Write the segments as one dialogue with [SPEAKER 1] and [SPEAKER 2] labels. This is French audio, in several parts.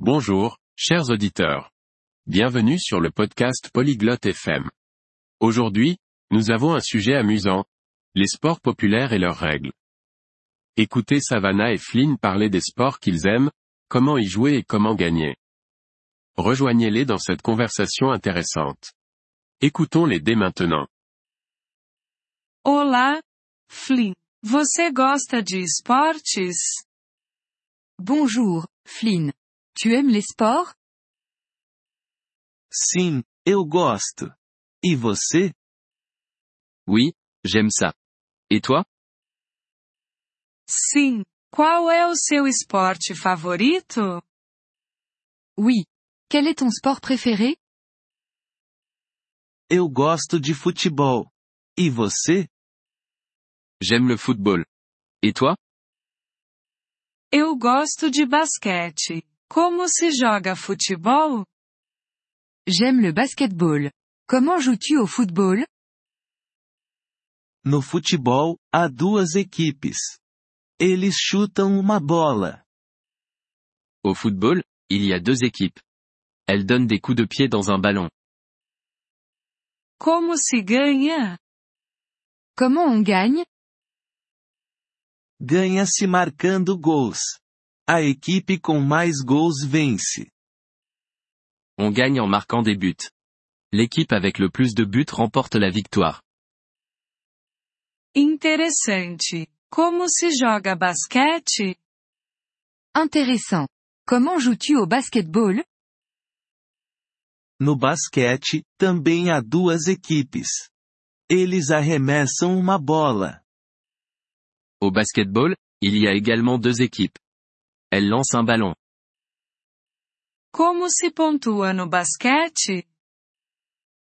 [SPEAKER 1] Bonjour, chers auditeurs. Bienvenue sur le podcast Polyglotte FM. Aujourd'hui, nous avons un sujet amusant. Les sports populaires et leurs règles. Écoutez Savannah et Flynn parler des sports qu'ils aiment, comment y jouer et comment gagner. Rejoignez-les dans cette conversation intéressante. Écoutons-les dès maintenant.
[SPEAKER 2] Olá, Flynn. Você gosta de esportes?
[SPEAKER 3] Bonjour, Flynn. Tu aimes les sports
[SPEAKER 4] Sim, eu gosto. E você?
[SPEAKER 5] Oui, j'aime ça. Et toi?
[SPEAKER 2] Sim. Qual é o seu esporte favorito?
[SPEAKER 3] Oui. Quel est ton sport préféré
[SPEAKER 4] Eu gosto de futebol. E você?
[SPEAKER 5] J'aime le football. Et toi?
[SPEAKER 2] Eu gosto de basquete. Como se joga futebol?
[SPEAKER 3] J'aime le basketball. Comment joues-tu au football
[SPEAKER 4] No futebol, há duas equipes. Eles chutam uma bola.
[SPEAKER 5] Au football, il y a deux équipes. Elles donnent des coups de pied dans un ballon.
[SPEAKER 2] Como se ganha?
[SPEAKER 3] Comment on gagne
[SPEAKER 4] Ganha-se marcando gols. A equipe com mais gols vence.
[SPEAKER 5] On gagne en marquant des buts. L'équipe avec le plus de buts remporte la victoire.
[SPEAKER 2] Interessante. Como se joga basquete?
[SPEAKER 3] Intéressant. Comment joues-tu au basketball
[SPEAKER 4] No basquete, também há duas equipes. Eles arremessam uma bola.
[SPEAKER 5] Au basketball, il y a également deux équipes. Elles lancent un ballon.
[SPEAKER 2] Como se pontua no basquete?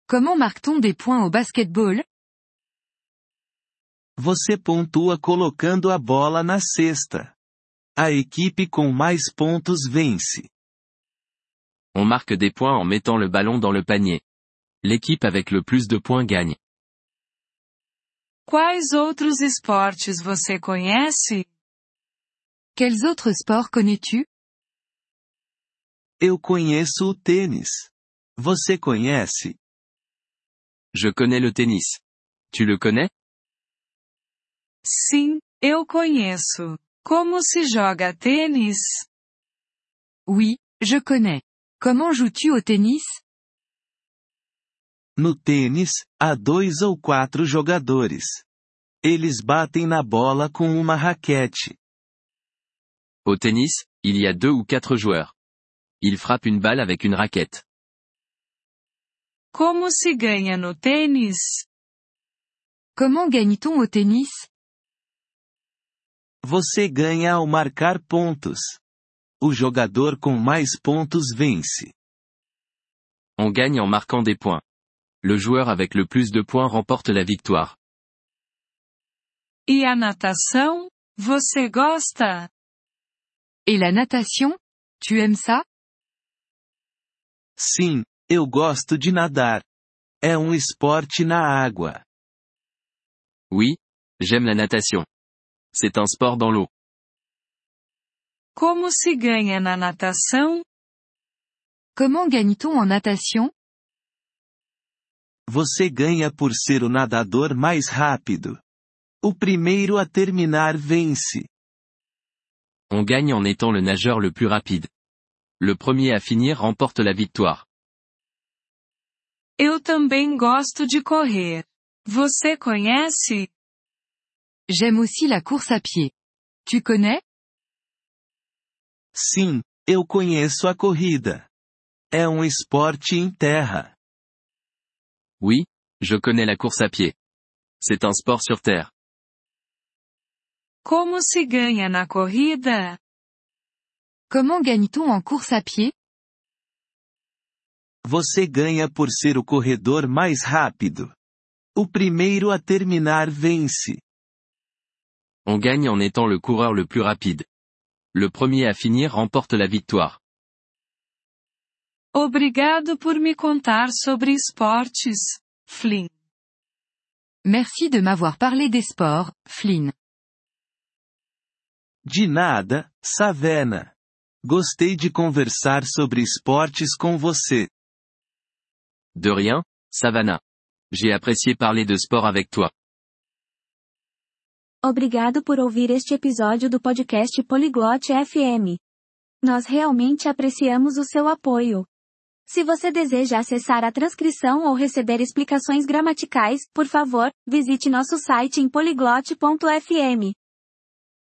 [SPEAKER 3] Comment marque-t-on des points au basketball
[SPEAKER 4] Você pontua colocando a bola na cesta. A equipe com mais pontos vence.
[SPEAKER 5] On marque des points en mettant le ballon dans le panier. L'équipe avec le plus de points gagne.
[SPEAKER 2] Quais outros esportes você conhece?
[SPEAKER 3] Quels autres sports connais-tu
[SPEAKER 4] Eu conheço o tênis. Você conhece?
[SPEAKER 5] Je connais le tennis. Tu le connais?
[SPEAKER 2] Sim, eu conheço. Como se joga tênis?
[SPEAKER 3] Oui, je connais. Comment joues-tu au tennis
[SPEAKER 4] No tênis, há dois ou quatro jogadores. Eles batem na bola com uma raquete.
[SPEAKER 5] Au tennis, il y a deux ou quatre joueurs. Ils frappent une balle avec une raquette.
[SPEAKER 2] Como se ganha no tênis?
[SPEAKER 3] Comment gagne-t-on au tennis
[SPEAKER 4] Você ganha ao marcar pontos. O jogador com mais pontos vence.
[SPEAKER 5] On gagne en marquant des points. Le joueur avec le plus de points remporte la victoire.
[SPEAKER 2] E a natação? Você gosta?
[SPEAKER 3] Et la natation E Tu aimes ça
[SPEAKER 4] Sim, eu gosto de nadar. É um esporte na água.
[SPEAKER 5] Oui, j'aime la natation. C'est un sport dans l'eau.
[SPEAKER 2] Como se ganha na natação?
[SPEAKER 3] Comment gagne-t-on en natation
[SPEAKER 4] Você ganha por ser o nadador mais rápido. O primeiro a terminar vence.
[SPEAKER 5] On gagne en étant le nageur le plus rapide. Le premier à finir remporte la victoire.
[SPEAKER 2] Eu também gosto de correr. Você conhece?
[SPEAKER 3] J'aime aussi la course à pied. Tu connais
[SPEAKER 4] Sim, eu conheço a corrida. É um esporte em terra.
[SPEAKER 5] Oui, je connais la course à pied. C'est un sport sur terre.
[SPEAKER 2] Como se ganha na corrida?
[SPEAKER 3] Comment gagne-t-on en course à pied
[SPEAKER 4] Você ganha por ser o corredor mais rápido. O primeiro a terminar vence.
[SPEAKER 5] On gagne en étant le coureur le plus rapide. Le premier à finir remporte la victoire.
[SPEAKER 2] Obrigado por me contar sobre esportes, Flynn.
[SPEAKER 3] Merci de m'avoir parlé des sports, Flynn.
[SPEAKER 4] De nada, Savena. Gostei de conversar sobre esportes com você.
[SPEAKER 5] De rien, Savannah. J'ai apprécié parler de sport avec toi.
[SPEAKER 6] Obrigado por ouvir este episódio do podcast Poliglote FM. Nós realmente apreciamos o seu apoio. Se você deseja acessar a transcrição ou receber explicações gramaticais, por favor, visite nosso site em poliglote.fm.